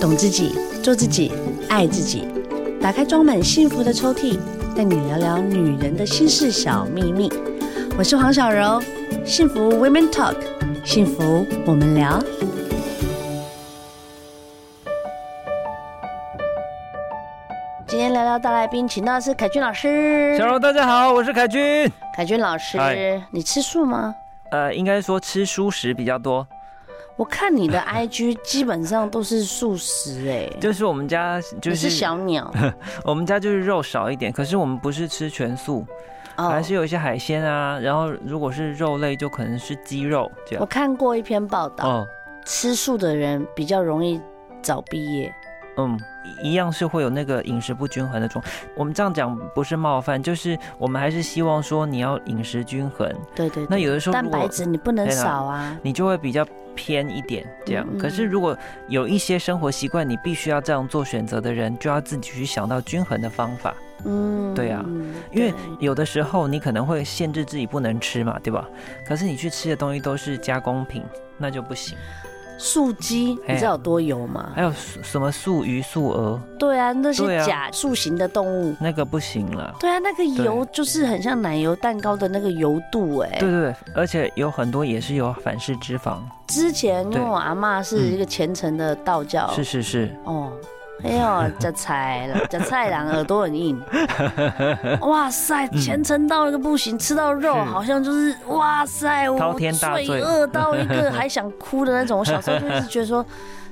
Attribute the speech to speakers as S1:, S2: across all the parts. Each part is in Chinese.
S1: 懂自己，做自己，爱自己。打开装满幸福的抽屉，带你聊聊女人的心事小秘密。我是黄小柔，幸福 Women Talk，幸福我们聊。今天聊聊大来宾，请到的是凯君老师。
S2: 小柔，大家好，我是凯君。
S1: 凯君老师
S2: 嗨，
S1: 你吃素吗？
S2: 呃，应该说吃蔬食比较多，
S1: 我看 你的 IG 基本上都是素食、哎，
S2: 就是我们家就
S1: 你是
S2: 是
S1: 小 鸟
S2: 我们家就是肉少一点，可是我们不是吃全素，还
S1: 哦。
S2: 是有一些海鲜啊。然后如果是肉类，就可能是鸡肉这
S1: 我
S2: 样。
S1: 看过一篇报道，
S2: 哦，
S1: 吃素的人比较容易早毕业。
S2: 嗯，一样是会有那个饮食不均衡的状。我们这样讲不是冒犯，就是我们还是希望说你要饮食均衡。
S1: 对对
S2: 那
S1: 对，
S2: 有的时候
S1: 蛋
S2: 如
S1: 白
S2: 果哎
S1: 质你不能少啊。
S2: 你就会比较偏一点这样
S1: 嗯嗯。
S2: 可是如果有一些生活习惯你必须要这样做选择的人，就要自己去想到均衡的方法。
S1: 嗯，
S2: 对啊
S1: 嗯
S2: 因为
S1: 对
S2: 有的时候你可能会限制自己不能吃嘛，对吧？可是你去吃的东西都是加工品，那就不行。
S1: 素鸡，你
S2: 哎呀
S1: 知道有多油吗？
S2: 还有素什么素鱼、素鹅，
S1: 对啊，那
S2: 哎对
S1: 些
S2: 啊
S1: 假塑形的动物，
S2: 那个不行了。
S1: 对啊，那个油就是很像奶油蛋糕的那个油度，哎
S2: 对。对对，而且有很多也是有反式脂肪。
S1: 之前因为
S2: 对
S1: 我阿妈是一个虔诚的道教，
S2: 是是是，
S1: 哦，哎 呦，这菜了，这菜郎耳朵很硬。哇塞，虔诚到一个不行，吃到肉
S2: 是
S1: 好像就是哇塞，我
S2: 滔天大罪
S1: 罪恶到一个还想哭的那 种。我小时候就一直觉得说，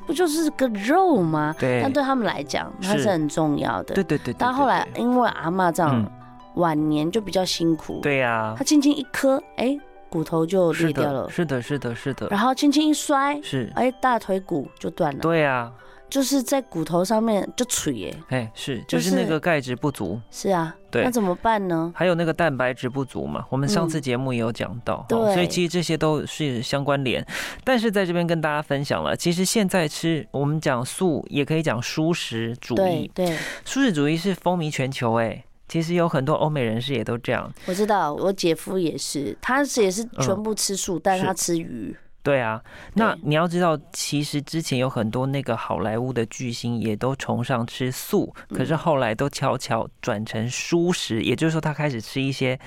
S1: 不就是个肉吗？
S2: 对
S1: 但对他们来讲，它
S2: 是
S1: 是很重要的
S2: 对。对对对。
S1: 但后来哎
S2: 对，
S1: 因为阿嬷这样
S2: 嗯，
S1: 晚年就比较辛苦，
S2: 对呀
S1: 她，轻轻一磕，哎，骨头就是裂掉了
S2: 的，，是的，是的，是的，
S1: 然后轻轻一摔，
S2: 是，
S1: 哎，大腿骨就断了，
S2: 对呀，
S1: 就是在骨头上面就垂耶。
S2: 哎，是，
S1: 就
S2: 就是那
S1: 是
S2: 个钙质不足，
S1: 是啊，
S2: 对
S1: 那怎么办呢？
S2: 还有那个蛋白质不足嘛，我们上次节目也有讲到，
S1: 嗯
S2: 哦
S1: 对
S2: 所以其实这些都是相关联。但是在这边跟大家分享了，其实现在吃我们讲素，也可以讲蔬食主
S1: 对
S2: 义，
S1: 对，
S2: 蔬食主义是风靡全球哎、其实有很多欧美人士也都这样，
S1: 我知道，我姐夫也是，他是也是全部吃素，但是
S2: 嗯是
S1: 他吃鱼。
S2: 对啊。那你要知道，其实之前有很多那个好莱坞的巨星也都崇尚吃素，可
S1: 嗯
S2: 是后来都悄悄转成蔬食，也就是说他开始吃一些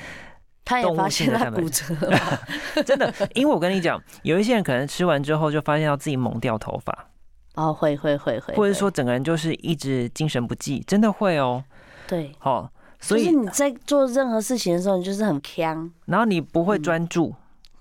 S1: 他也
S2: 动物
S1: 发
S2: 性
S1: 现
S2: 的
S1: 他
S2: 蛋白
S1: 骨折了 吧，
S2: 真的，因为我跟你讲，有一些人可能吃完之后就发现到自己猛掉头发，
S1: 哦，会会会会，
S2: 或
S1: 会
S2: 者说整个人就是一直精神不济，真的会哦。
S1: 对，
S2: 好、所
S1: 就是
S2: 以
S1: 你在做任何事情的时候，你就是很呛，
S2: 然后你不
S1: 嗯
S2: 会专注，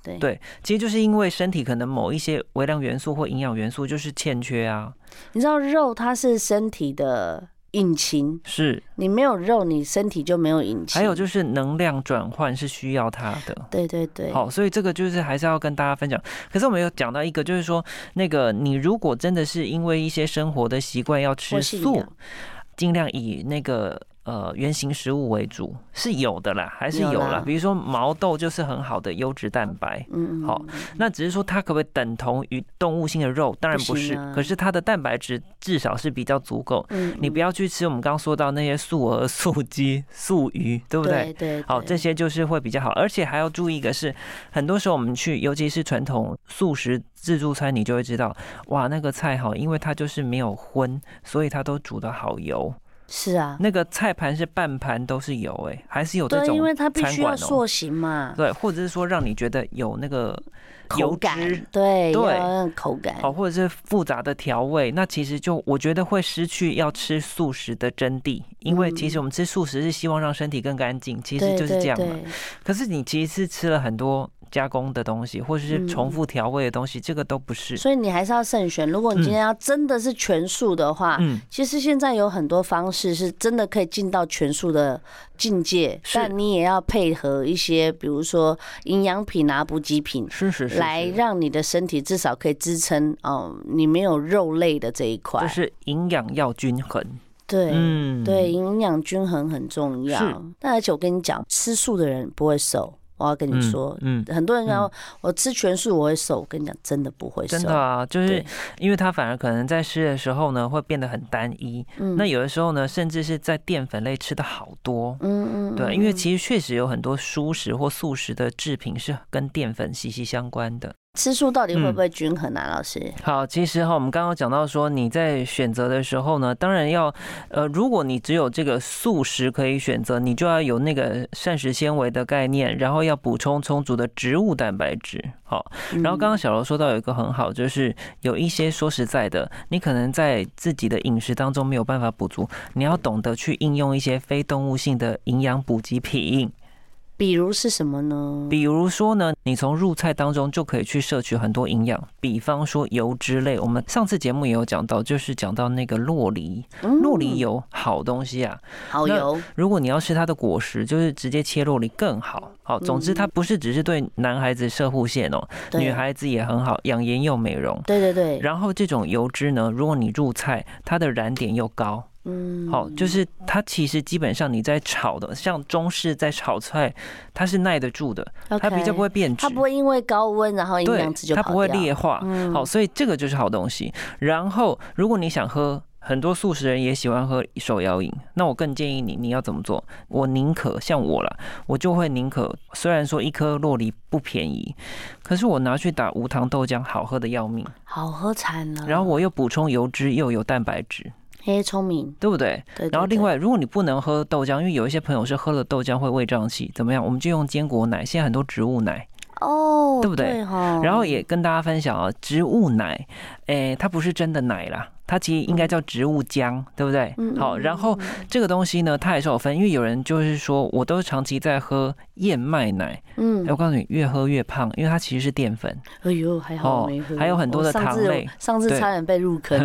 S1: 对
S2: 对其实就是因为身体可能某一些微量元素或营养元素就是欠缺啊。
S1: 你知道肉它是身体的引擎，
S2: 是，
S1: 你没有肉，你身体就没有引擎。
S2: 还有就是能量转换是需要它的。
S1: 对对对，
S2: 好，所以这个就是还是要跟大家分享。可是我们有讲到一个，就是说，那个你如果真的是因为一些生活的习惯要
S1: 或
S2: 吃
S1: 信
S2: 素
S1: 仰，
S2: 尽量以那个呃原型食物为主，是有的啦，还是有
S1: 有
S2: 啦。
S1: 啦
S2: 比如说毛豆就是很好的优质蛋白。
S1: 嗯，嗯
S2: 好，那只是说它可不可以等同于动物性的肉？当然不是，
S1: 不行啊
S2: 可是它的蛋白质至少是比较足够。
S1: 嗯，
S2: 你不
S1: 要
S2: 要去吃我们刚刚说到那些素鹅、素鸡、素鱼，对不对？
S1: 对对，
S2: 好，
S1: 对
S2: 这些就是会比较好，而且还要注意一个是，很多时候我们去，尤其是传统素食自助餐，你就会知道，哇，那个菜哈，因为它就是没有荤，所以它都煮的好油，
S1: 是啊，
S2: 那个菜盘是半盘都是油、哎，还是有这
S1: 对，
S2: 种
S1: 因为它必
S2: 餐
S1: 须
S2: 馆
S1: 要
S2: 哦
S1: 塑形嘛，
S2: 对，或者是说让你觉得有那个
S1: 口
S2: 油
S1: 感
S2: 脂，
S1: 对，
S2: 对
S1: 要有口感，
S2: 哦，或者是复杂的调味，那其实就我觉得会失去要吃素食的真谛，因为其实我们吃素食是希望让身体更干净，其
S1: 嗯
S2: 实
S1: 对
S2: 就是
S1: 对
S2: 这样嘛。
S1: 对
S2: 可是你其实是吃了很多加工的东西，或者是重复调味的东西，这个都不是。
S1: 所以你嗯还是要慎选。如果你今天要真的是全素的话，
S2: 嗯，
S1: 其实现在有很多方式是真的可以进到全素的境界，
S2: 是
S1: 但你也要配合一些，比如说营养品啊、补给品，
S2: 是是是是，
S1: 来让你的身体至少可以支撑哦，你没有肉类的这一块。
S2: 就是营养要均衡。
S1: 对。
S2: 嗯，
S1: 对，，营养均衡很重要
S2: 是。
S1: 但而且我跟你讲，吃素的人不会瘦。我要跟你说，
S2: 嗯，
S1: 很多人讲、我吃全素我会瘦，我跟你讲，真的不会瘦。
S2: 真的啊，就是
S1: 对
S2: 因为它反而可能在吃的时候呢，会变得很单一。
S1: 嗯
S2: 那有的时候呢，甚至是在淀粉类吃的好多。
S1: 嗯嗯，
S2: 对，啊
S1: 嗯
S2: 因为
S1: 嗯
S2: 其实确实有很多蔬食或素食的制品是跟淀粉息息相关的。
S1: 吃素到底会
S2: 嗯
S1: 不会均衡啊？老师，
S2: 好，其实哈，我们刚刚讲到说，你在选择的时候呢，当然要，呃，如果你只有这个素食可以选择，你就要有那个膳食纤维的概念，然后要补充充足的植物蛋白质。好，
S1: 嗯
S2: 然后刚刚小柔说到有一个很好，就是有一些说实在的，你可能在自己的饮食当中没有办法补足，你要懂得去应用一些非动物性的营养补给品。
S1: 比如是什么呢？
S2: 比如说呢，你从入菜当中就可以去摄取很多营养，比方说油脂类。我们上次节目也有讲到，就是讲到那个洛梨，
S1: 嗯
S2: 洛梨油好东西啊。
S1: 好
S2: 那
S1: 油，
S2: 如果你要吃它的果实，就是直接切洛梨更好。好，总之它不是只是对男孩子射护线哦，
S1: 嗯对
S2: 女，孩子也很好，养颜又美容。
S1: 对对对，
S2: 然后这种油脂呢，如果你入菜，它的燃点又高，
S1: 嗯
S2: 好、就是它其实基本上你在炒的，像中式在炒菜，它是耐得住的，它比较
S1: OK
S2: 不，会变质，
S1: 它不会因为高温然后营
S2: 对
S1: 养值就
S2: 它
S1: 跑
S2: 不会
S1: 掉
S2: 劣化。
S1: 嗯
S2: 好，所以这个就是好东西。然后，如果你想喝，很多素食人也喜欢喝手摇饮，那我更建议你，你要怎么做？我宁可像我啦，我就会宁可，虽然说一颗洛梨不便宜，可是我拿去打无糖豆浆，好喝的要命。
S1: 好喝惨了。
S2: 然后我又补充油脂，又有蛋白质，
S1: 嘿，聪明，
S2: 对不对？
S1: 对。
S2: 然后
S1: 对
S2: 另
S1: 对
S2: 外，如果你不能喝豆浆，因为有一些朋友是喝了豆浆会胃胀气，怎么样？我们就用坚果奶，现在很多植物奶。
S1: 哦，
S2: 对不对
S1: 哈
S2: 然后也跟大家分享啊，植物奶，诶，它不是真的奶啦，它其实应该叫植物浆，对不对？
S1: 嗯
S2: 好，
S1: 嗯
S2: 然后这个东西呢，它也是有分，因为有人就是说，我都长期在喝燕麦奶，
S1: 嗯
S2: 诶我，告诉你，越喝越胖，因为它其实是淀粉。
S1: 哎呦，还好我没喝，
S2: 哦还有很多
S1: 我
S2: 的
S1: 上
S2: 糖
S1: 次
S2: 类
S1: 上次
S2: 对
S1: 差点被入 坑，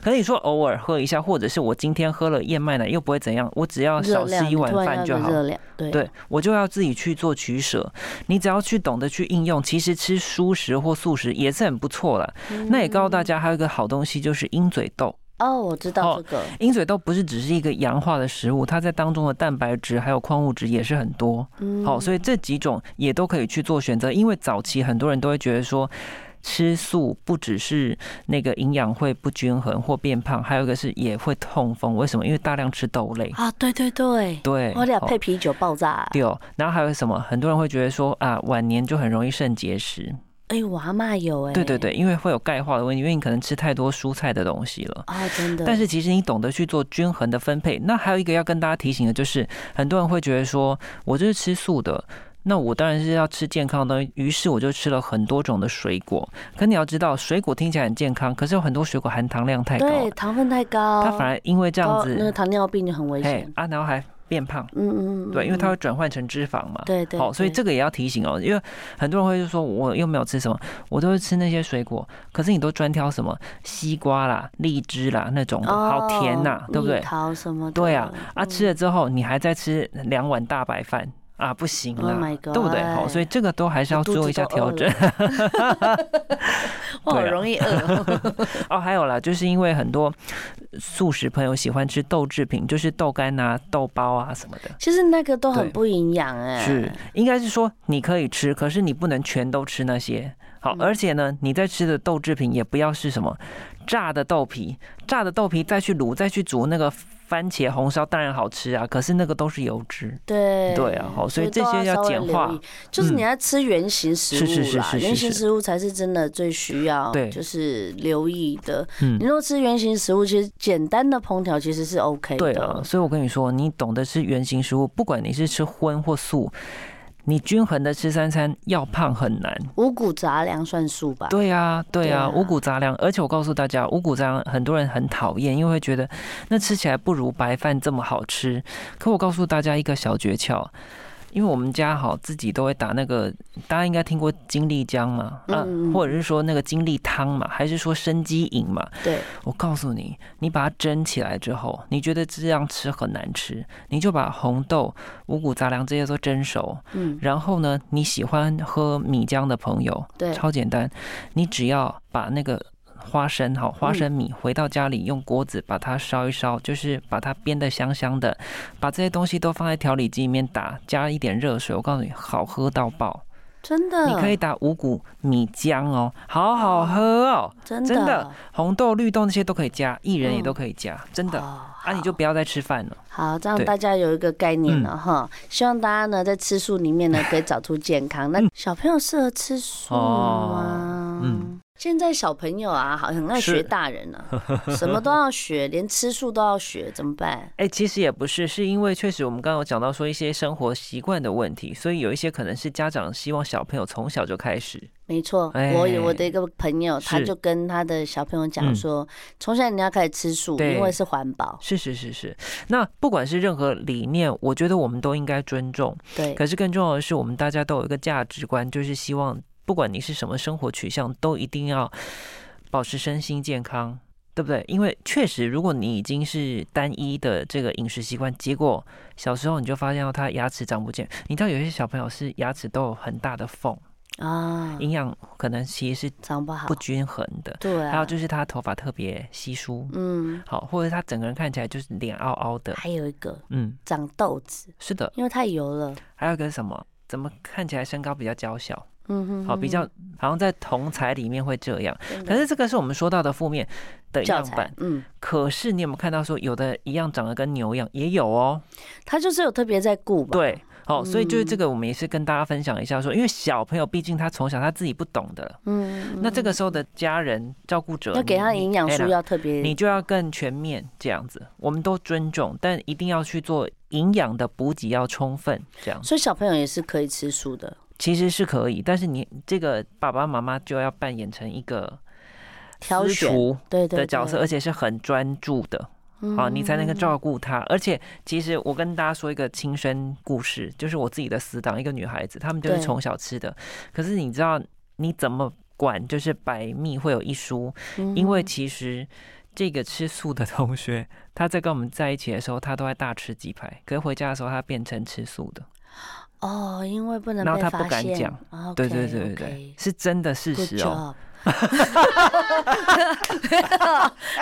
S2: 可是你说偶尔喝一下，或者是我今天喝了燕麦奶又不会怎样，我只要
S1: 热
S2: 少吃
S1: 量
S2: 一碗
S1: 突然
S2: 饭
S1: 要
S2: 就
S1: 个
S2: 好。
S1: 热量对
S2: 对我就要自己去做取舍。你只要去懂得去应用，其实吃蔬食或素食也是很不错啦。那也
S1: 嗯
S2: 告诉大家，还有一个好东西就是鹰嘴豆。
S1: 哦，我知道
S2: 哦
S1: 这个，
S2: 鹰嘴豆不是只是一个洋化的食物，它在当中的蛋白质还有矿物质也是很多。
S1: 嗯
S2: 好、所以这几种也都可以去做选择，因为早期很多人都会觉得说。吃素不只是那个营养会不均衡或变胖，还有一个是也会痛风。为什么？因为大量吃豆类。
S1: 啊，对对对，
S2: 对，
S1: 我俩
S2: 哦
S1: 配啤酒爆炸，
S2: 对哦，然后还有什么？很多人会觉得说啊，晚年就很容易肾结石。
S1: 哎，我阿妈有哎，
S2: 对对，对，因为会有钙化的问题，因为你可能吃太多蔬菜的东西了。
S1: 哦，真的，
S2: 但是其实你懂得去做均衡的分配。那还有一个要跟大家提醒的就是，很多人会觉得说，我就是吃素的。那我当然是要吃健康的东西，于是我就吃了很多种的水果。可你要知道，水果听起来很健康，可是有很多水果含糖量太高
S1: 对
S2: 了，
S1: 糖分太高，
S2: 它反而因为这样
S1: 高那个
S2: 子，
S1: 糖尿病就很危
S2: 哎
S1: 险，
S2: 啊，然后还变胖，
S1: 嗯嗯，嗯
S2: 对，因为它
S1: 嗯
S2: 会转换成脂肪嘛。
S1: 对对，
S2: 好，所以
S1: 对
S2: 这个也要提醒哦，因为很多人会就说我又没有吃什么，我都是吃那些水果，可是你都专挑什么西瓜啦、荔枝啦那种的，好甜呐、
S1: 哦
S2: 对不
S1: 蜜
S2: 对？
S1: 桃什么的，
S2: 对啊，啊
S1: 嗯
S2: 吃了之后你还在吃两碗大白饭啊，不行
S1: Oh
S2: 啦
S1: my，god！
S2: 对不对？好，所以这个都还是要
S1: 我肚子
S2: 做一下
S1: 都
S2: 调
S1: 饿
S2: 整。
S1: 我好
S2: 对啊
S1: 容易 饿，
S2: 哦，还有啦，就是因为很多素食朋友喜欢吃豆制品，就是豆干啊、豆包啊什么的。
S1: 其实那个都很
S2: 对
S1: 不营养哎，
S2: 是，应该是说你可以吃，可是你不能全都吃那些。好，而且呢，你在吃的豆制品也不要是什么炸的豆皮，炸的豆皮再去卤，再去煮那个番茄红烧，当然好吃啊，可是那个都是油脂。
S1: 对
S2: 对啊好所以这
S1: 都
S2: 些要
S1: 稍微
S2: 简
S1: 留
S2: 化
S1: 意就是
S2: 嗯
S1: 你要吃原型食物
S2: 是
S1: 啦，
S2: 是是是是
S1: 原型
S2: 是
S1: 食物才是真的最需要，
S2: 对
S1: 就是留意的。
S2: 嗯
S1: 你如果吃原型食物，其实简单的烹调其实是 OK 的，
S2: 对啊，所以我跟你说，你懂得吃原型食物，不管你是吃荤或素，你均衡的吃三餐，要胖很难。
S1: 五谷杂粮算数吧，
S2: 对啊，对
S1: 对
S2: 啊，
S1: 啊
S2: 五谷杂粮，而且我告诉大家，五谷杂粮很多人很讨厌，因为会觉得那吃起来不如白饭这么好吃。可我告诉大家一个小诀窍，因为我们家好自己都会打那个，大家应该听过精力浆嘛，啊
S1: 嗯嗯嗯，
S2: 或者是说那个精力汤嘛，还是说生鸡饮嘛。
S1: 对，
S2: 我告诉你，你把它蒸起来之后，你觉得这样吃很难吃，你就把红豆、五谷杂粮这些都蒸熟，
S1: 嗯，
S2: 然后呢，你喜欢喝米浆的朋友，
S1: 对
S2: 超简单，你只要把那个花生好花生米回到家里，用锅子把它烧一烧，就是把它煸的香香的，把这些东西都放在调理机里面打，加一点热水，我告诉你，好喝到爆。
S1: 真的，
S2: 你可以打五谷米浆哦，好好喝哦，
S1: 真的
S2: 真的红豆、绿豆那些都可以加，薏仁也都可以加，真的。
S1: 哦
S2: 啊，你就不要再吃饭了。
S1: 好，这样
S2: 对嗯
S1: 大家有一个概念了哈。希望大家呢在吃素里面呢可以找出健康。那小朋友适合吃素吗
S2: 嗯哦？嗯
S1: 现在小朋友啊，好很爱
S2: 是
S1: 学大人 啊，什么都要学，连吃素都要学，怎么办？
S2: 哎、其实也不是，是因为确实我们刚刚有讲到说一些生活习惯的问题，所以有一些可能是家长希望小朋友从小就开始。
S1: 没错，
S2: 哎
S1: 我有我的一个朋友，
S2: 是
S1: 他就跟他的小朋友讲说，从小你要开始吃素，
S2: 对
S1: 因为是环保。
S2: 是是是是，那不管是任何理念，我觉得我们都应该尊重。
S1: 对，
S2: 可是更重要的是，我们大家都有一个价值观，就是希望不管你是什么生活取向，都一定要保持身心健康，对不对？因为确实，如果你已经是单一的这个饮食习惯，结果小时候你就发现到他牙齿长不见，你知道有些小朋友是牙齿都有很大的缝，
S1: 啊，
S2: 营养可能其实是
S1: 长不好
S2: 不，均衡的。
S1: 对啊，
S2: 还有就是他头发特别稀疏，
S1: 嗯，
S2: 好，或者他整个人看起来就是脸凹凹的，
S1: 还有一个
S2: 嗯，
S1: 长痘子，
S2: 是的。
S1: 因为太油了。
S2: 还有一个是什么？怎么看起来身高比较娇小？
S1: 嗯哼嗯
S2: 好，比较好像在同才里面会这样，
S1: 真的
S2: 可是这个是我们说到的负面的
S1: 教
S2: 样
S1: 材
S2: 板。，
S1: 嗯，
S2: 可是你有没有看到说有的一样长得跟牛一样，也有哦。
S1: 他就是有特别在顾吧？，
S2: 对，哦，所以
S1: 嗯
S2: 就是这个，我们也是跟大家分享一下说，因为小朋友毕竟他从小他自己不懂的，
S1: 嗯，
S2: 那这个时候的家人照顾者
S1: 要给他
S2: 你
S1: 营养
S2: 哎
S1: 素
S2: 啦
S1: 要特别，
S2: 你就要更全面这样子，我们都尊重，但一定要去做营养的补给要充分这样子，
S1: 所以小朋友也是可以吃素的。
S2: 其实是可以，但是你这个爸爸妈妈就要扮演成一个
S1: 挑
S2: 私
S1: 选
S2: 厨
S1: 对对嗯
S2: 的角色，而且是很专注的，好，你才能够照顾她。而且，其实我跟大家说一个亲身故事，就是我自己的死党，一个女孩子，她们就是
S1: 对
S2: 从小吃的，可是你知道你怎么管？就是百密会有一疏，
S1: 嗯
S2: 因为其实。这个吃素的同学，他在跟我们在一起的时候，他都在大吃鸡排。可是回家的时候，他变成吃素的。
S1: 哦，因为不能
S2: 然后
S1: 被
S2: 他
S1: 发
S2: 不敢
S1: 现
S2: 讲
S1: 啊
S2: 对对
S1: OK，
S2: 对对
S1: OK
S2: 对，是真的事
S1: Good
S2: 实哦。
S1: job，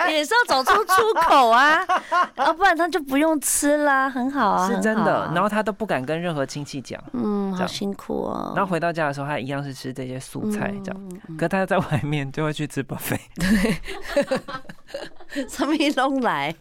S1: 也是要找出出口啊，要不然他就不用吃啦，很好啊，
S2: 是
S1: 很
S2: 真
S1: 好
S2: 的
S1: 啊。
S2: 然后他都不敢跟任何亲戚讲，
S1: 嗯，
S2: 这
S1: 好
S2: 样
S1: 辛苦哦。
S2: 然后回到家的时候，他一样是吃这些素菜这样。
S1: 嗯，嗯
S2: 可他在外面就会去吃 buffet，
S1: 嗯什么一弄来？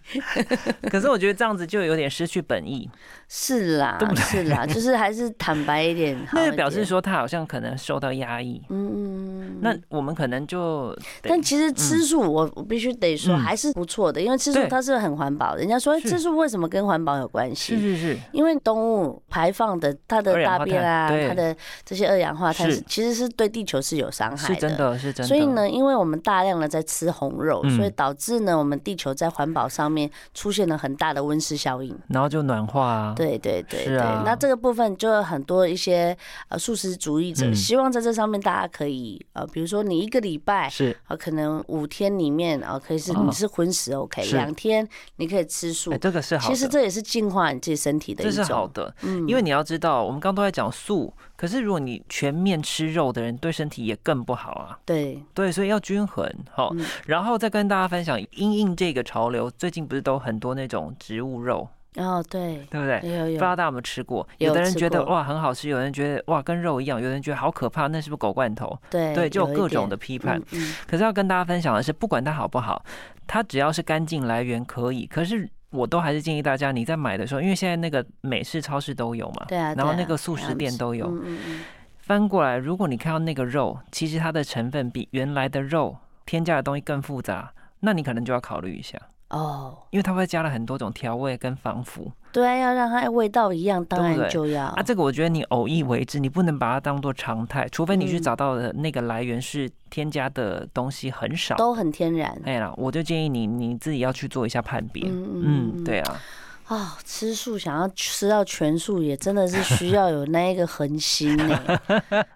S2: 可是我觉得这样子就有点失去本意，
S1: 是啦，是啦，就是还是坦白一点，好
S2: 那
S1: 一
S2: 就表示
S1: 点，
S2: 说他好像可能受到压抑。
S1: 嗯，嗯嗯
S2: 那我们可能就得
S1: 但其实吃素，我我必须得说
S2: 嗯
S1: 还是不错的，因为吃素
S2: 对
S1: 它是很环保的。人家说哎
S2: 是
S1: 吃素为什么跟环保有关
S2: 是
S1: 系？
S2: 是是，
S1: 因为动物排放的它的
S2: 二氧
S1: 大
S2: 化
S1: 便
S2: 碳
S1: 啊，
S2: 对
S1: 它的这些二氧化碳
S2: 是
S1: 是其实是对地球是有伤害
S2: 是真。的，是真的。
S1: 所以，呢，因为我们大量的在吃红肉，
S2: 嗯
S1: 所以导致呢，我们地球在环保上面出现了很大的温室效应。
S2: 然后就暖化啊。
S1: 对对对
S2: 是
S1: 对，
S2: 啊
S1: 那这个部分就有很多一些呃素食主义者，
S2: 嗯
S1: 希望在这上面大家可以呃，比如说你一个礼拜
S2: 是，
S1: 啊，可能五天里面啊，可以是
S2: 哦
S1: 你是荤食 OK，
S2: 是
S1: 两天你可以吃素
S2: 哎，。这个是好
S1: 其实
S2: 的，
S1: 这也是净化你自己身体的
S2: 这
S1: 一
S2: 是好
S1: 种，
S2: 的，
S1: 嗯
S2: 因为你要知道，我们刚都在讲素，可是如果你全面吃肉的人，对身体也更不好啊。
S1: 对，
S2: 对，所以要均衡好，
S1: 嗯
S2: 然后再跟大家分享，因应这个潮流，最近不是都很多那种植物肉，
S1: 然后哦对，
S2: 对不对？
S1: 有
S2: 不
S1: 有
S2: 知道大家有没有吃过？
S1: 有
S2: 有的人
S1: 吃
S2: 觉得
S1: 过
S2: 哇很好吃，有人觉得哇跟肉一样，有人觉得好可怕，那是不是狗罐头？
S1: 对
S2: 对，就
S1: 哎有
S2: 有
S1: 一
S2: 各种
S1: 点
S2: 的批判。
S1: 嗯，
S2: 可是要跟大家分享的是，不管它好不好，它只要是干净来源可以。可是我都还是建议大家，你在买的时候，因为现在那个美式超市都有嘛，
S1: 对啊，
S2: 然
S1: 对
S2: 后
S1: 啊
S2: 那个素食店都有
S1: 嗯嗯嗯
S2: 翻过来，如果你看到那个肉，其实它的成分比原来的肉添加的东西更复杂，那你可能就要考虑一下，
S1: 嗯哦，
S2: 因为它会加了很多种调味跟防腐
S1: 对啊，要让它味道一样，当
S2: 对不
S1: 然
S2: 对
S1: 就要
S2: 啊。这个我觉得你偶一为之，你不能把它当做常态，除非你去
S1: 嗯
S2: 找到的那个来源是添加的东西很少。
S1: 都很天然。
S2: 哎呀，我就建议你你自己要去做一下判别。嗯，对啊，
S1: 哦，吃素想要吃到全素，也真的是需要有那一个恒心 呢、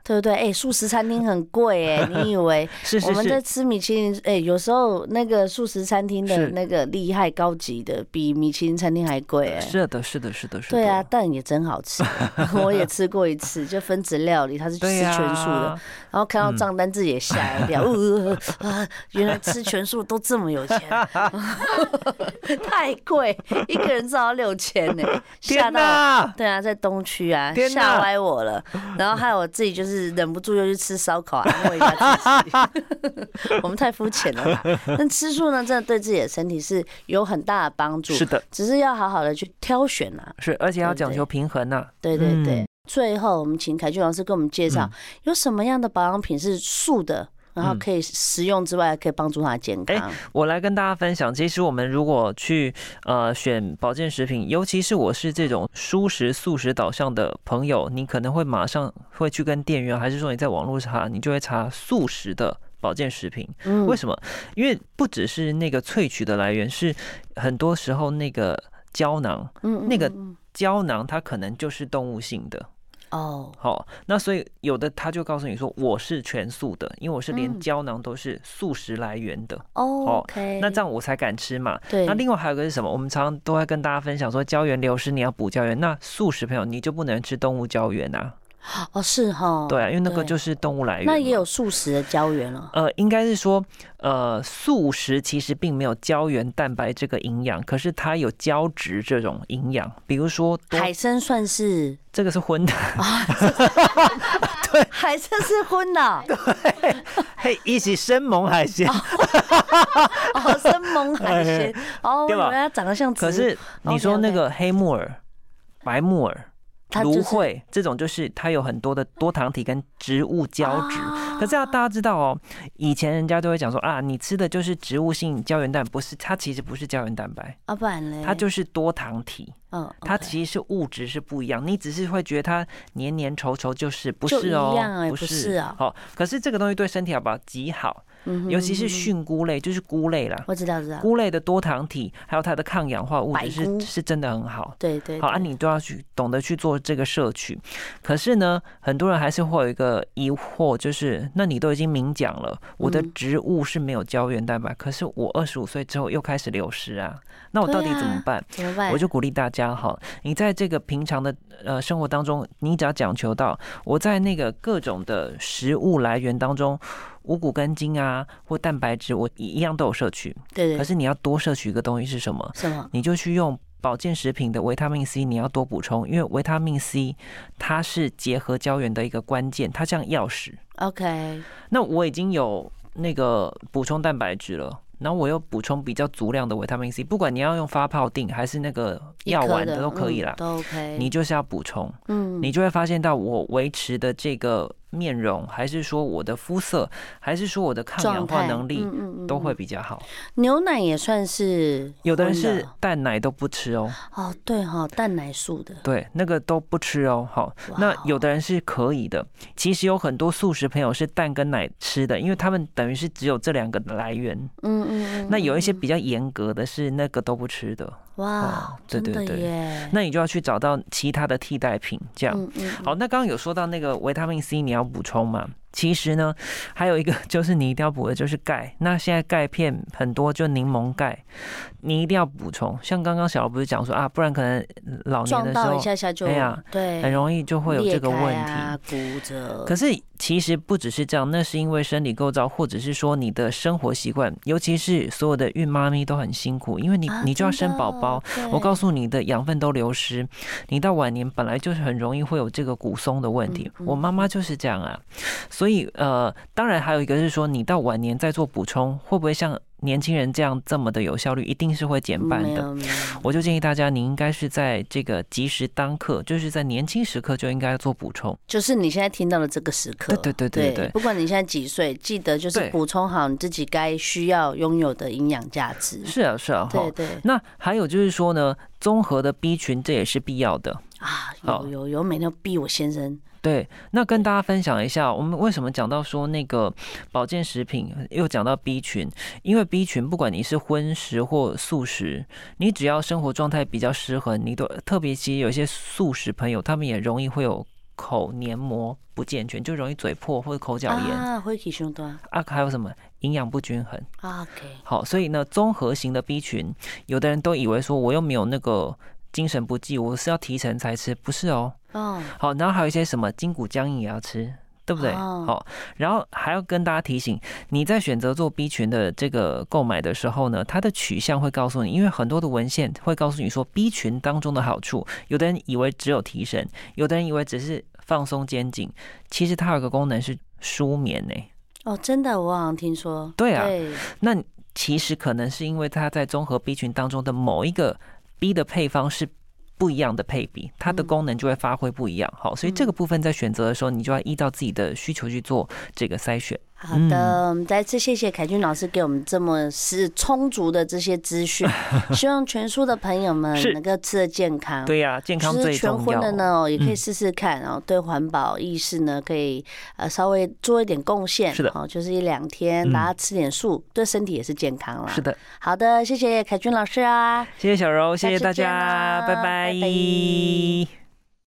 S1: 对不对？哎、素食餐厅很贵哎、你以为
S2: 是
S1: 我
S2: 是
S1: 们在
S2: 是，
S1: 吃米其林？哎、有时候那个素食餐厅的
S2: 是
S1: 那个厉害高级的，比米其林餐厅还贵哎、
S2: 是的，是的，是的，是的。
S1: 对啊，，但也真好吃， 我也吃过一次，就分子料理，它是吃
S2: 对啊
S1: 全
S2: 呀，嗯
S1: 素的，然后看到账单自己也吓一 跳，呃啊， 原来吃全素都这么有钱，太贵，一个人至少到六千 呢，吓
S2: 天
S1: 到。
S2: 哪！
S1: 对啊，在东区啊，
S2: 天哪
S1: 吓歪我了。然后害我自己就是忍不住又去吃烧烤，啊安慰一下自己。我 们太肤浅了啦。但吃素呢，真的对自己的身体是有很大的帮助，
S2: 是的，
S1: 只是要好好的去挑选啊。
S2: 是，而且要讲
S1: 对
S2: 求平衡呐、
S1: 对对对。
S2: 嗯
S1: 最后，我们请凯俊老师给我们介绍、有什么样的保养品是素的，然
S2: 嗯
S1: 后可以食用之外，可以帮助他的健康。
S2: 我来跟大家分享，其实我们如果去呃选保健食品，尤其是我是这种蔬食素食导向的朋友，你可能会马上会去跟店员，还是说你在网络查，你就会查素食的保健食品。
S1: 嗯
S2: 为什么？因为不只是那个萃取的来源，是很多时候那个胶囊，
S1: 嗯嗯
S2: 那个
S1: 嗯嗯
S2: 胶囊它可能就是动物性的。
S1: 哦，
S2: 好，那所以有的他就告诉你说我是全素的，因为我是连
S1: 嗯
S2: 胶囊都是素食来源的，
S1: 哦，OK，
S2: 那这样我才敢吃嘛。
S1: 对，
S2: 那另外还有一个是什么？我们常常都会跟大家分享说，胶原流失你要补胶原。那素食朋友你就不能吃动物胶原啊，
S1: 哦是哈，
S2: 对啊，因为那个
S1: 对
S2: 就是动物来源嘛。
S1: 那也有素食的胶原了。
S2: 呃，应该是说，呃，素食其实并没有胶原蛋白这个营养，可是它有胶质这种营养，比如说多，
S1: 海参算 是
S2: 这个是荤的，
S1: 海参是荤的哦，
S2: 嘿，一起生猛海鲜，
S1: 哦，生猛海鲜哦，
S2: 哎对吧
S1: 原来长得像植物。哦
S2: 可是你说那个黑木耳、白木耳、
S1: 它就
S2: 芦
S1: 是
S2: 荟这种，就是它有很多的多糖体跟植物胶质。
S1: 啊
S2: 可是要大家知道哦，以前人家都会讲说啊，你吃的就是植物性胶原蛋，不是它其实不是胶原蛋白，
S1: 啊，不然嘞，
S2: 它就是多糖体，
S1: 嗯，
S2: 它
S1: OK
S2: 其实是物质是不一样，你只是会觉得它黏黏稠稠，就是不
S1: 就是一样
S2: 哦
S1: 哎，
S2: 不
S1: 不是啊
S2: 好，可是这个东西对身体好不好极好，
S1: 嗯哼
S2: 尤其是
S1: 嗯哼
S2: 菌菇类，就是菇类啦，
S1: 我知道知道，
S2: 菇类的多糖体还有它的抗氧化物
S1: 白
S2: 质
S1: 菇
S2: 是是真的很好。
S1: 对对
S2: 好啊，
S1: 对
S2: 你都要去懂得去做这个摄取。可是呢，很多人还是会有一个疑惑，就是那你都已经明讲了，我的
S1: 嗯
S2: 植物是没有胶原蛋白，可是我二十五岁之后又开始流失啊，那我到底
S1: 对啊
S2: 怎么办？
S1: 怎么办？
S2: 我就鼓励大家哈，你在这个平常的呃生活当中，你只要讲求到我在那个各种的食物来源当中，五谷根茎啊或蛋白质，我一样都有摄取。
S1: 对
S2: 可
S1: 对
S2: 是你要多摄取一个东西是什么？
S1: 什么？
S2: 你就去用保健食品的维他命 C，你要多补充，因为维他命 C 它是结合胶原的一个关键，它像钥匙。
S1: OK，
S2: 那我已经有那个补充蛋白质了。然后我又补充比较足量的维他命 C，不管你要用发泡锭还是那个
S1: 一
S2: 药
S1: 颗
S2: 丸的都可以
S1: 嗯
S2: 啦，
S1: 都 OK。
S2: 你就是要补充，
S1: 嗯
S2: 你就会发现到我维持的这个面容，还是说我的肤色，还是说我的抗
S1: 状
S2: 氧化
S1: 态
S2: 能力
S1: 嗯嗯嗯
S2: 都会
S1: 嗯
S2: 比较好。
S1: 牛奶也算是
S2: 有的人
S1: 荤
S2: 是蛋奶都不吃哦，
S1: 哦，对哈，蛋奶素的
S2: 对，那个都不吃哦。好，那
S1: 哇
S2: 有的人是可以的。其实有很多素食朋友是蛋跟奶吃的，因为他们等于是只有这两个来源。
S1: 嗯嗯嗯，
S2: 那有一些
S1: 嗯
S2: 比较严格的是那个都不吃的，
S1: 哇
S2: 哦，对对
S1: 真的
S2: 对
S1: 耶，
S2: 那你就要去找到其他的替代品。这样，
S1: 嗯嗯
S2: 好，那刚刚有说到那个维他命 C 你要补充嘛？其实呢，还有一个就是你一定要补的就是钙。那现在钙片很多，就柠檬钙，你一定要补充。像刚刚小罗不是讲说啊，不然可能老年
S1: 撞
S2: 的时
S1: 到一
S2: 候
S1: 下下就
S2: 哎呀
S1: 对，
S2: 很容易就会有
S1: 裂
S2: 这个
S1: 开
S2: 问题。
S1: 啊骨折。
S2: 可是其实不只是这样，那是因为生理构造，或者是说你的生活习惯，尤其是所有的孕妈咪都很辛苦，因为你
S1: 啊
S2: 你就要
S1: 真
S2: 生
S1: 的
S2: 宝宝。
S1: 对
S2: 我告诉你的养分都流失，你到晚年本来就是很容易会有这个骨松的问题。
S1: 嗯嗯
S2: 我妈妈就是这样啊，所以呃，当然还有一个是说，你到晚年再做补充，会不会像年轻人这样这么的有效率？一定是会减半
S1: 嗯没
S2: 的。
S1: 有没有
S2: 我就建议大家，你应该是在这个及时当刻，就是在年轻时刻就应该做补充。
S1: 就是你现在听到的这个时刻，
S2: 对对对对对。
S1: 不管你现在几岁，记得就是
S2: 对
S1: 补充好你自己该需要拥有的营养价值。
S2: 是啊，是啊，哈
S1: 嗯对。对
S2: 那还有就是说呢，综合的 B 群这也是必要的。
S1: 啊，
S2: 好
S1: 有有有，每天都逼我先生
S2: 对，那跟大家分享一下，我们为什么讲到说那个保健食品，又讲到 B 群，因为 B 群不管你是荤食或素食，你只要生活状态比较失衡，你都特别其实有一些素食朋友，他们也容易会有口黏膜不健全，就容易嘴破或者口角炎啊
S1: 啊，会起胸端
S2: 还有什么营养不均衡。
S1: 啊，OK，
S2: 好，所以呢，综合型的 B 群，有的人都以为说我又没有那个精神不济，我是要提神才吃，不是哦。
S1: 哦，
S2: 好，然后还有一些什么筋骨僵硬也要吃。对不对？
S1: 哦
S2: 好，然后还要跟大家提醒，你在选择做 B 群的这个购买的时候呢，它的取向会告诉你，因为很多的文献会告诉你说 B 群当中的好处，有的人以为只有提神，有的人以为只是放松肩颈，其实它有个功能是舒眠呢、
S1: 哦，真的，我好像听说。
S2: 对啊
S1: 对
S2: 那其实可能是因为它在综合 B 群当中的某一个 B 的配方是不一样的配比，它的
S1: 嗯
S2: 功能就会发挥不一样。好，所以这个部分在选择的时候，你就要依照自己的需求去做这个筛选。
S1: 好的，
S2: 嗯
S1: 我们再次谢谢凯俊老师给我们这么是充足的这些资 讯，希望全书的朋友们
S2: 是
S1: 能够吃得健康。
S2: 对呀、健康
S1: 其实
S2: 最
S1: 嗯全
S2: 重
S1: 荤
S2: 要。
S1: 的呢，哦也可以
S2: 嗯
S1: 试试看，然后对环保意识呢，可以呃稍微做一点贡献。
S2: 是的
S1: 哦，就是一两天，
S2: 嗯
S1: 大家吃点素，对身体也是健康啦。
S2: 是。的，
S1: 好的，谢谢凯俊老师啊。
S2: 谢谢小柔，谢
S1: 下
S2: 谢
S1: 次
S2: 大
S1: 见
S2: 家，
S1: 啦拜
S2: 拜拜
S1: 拜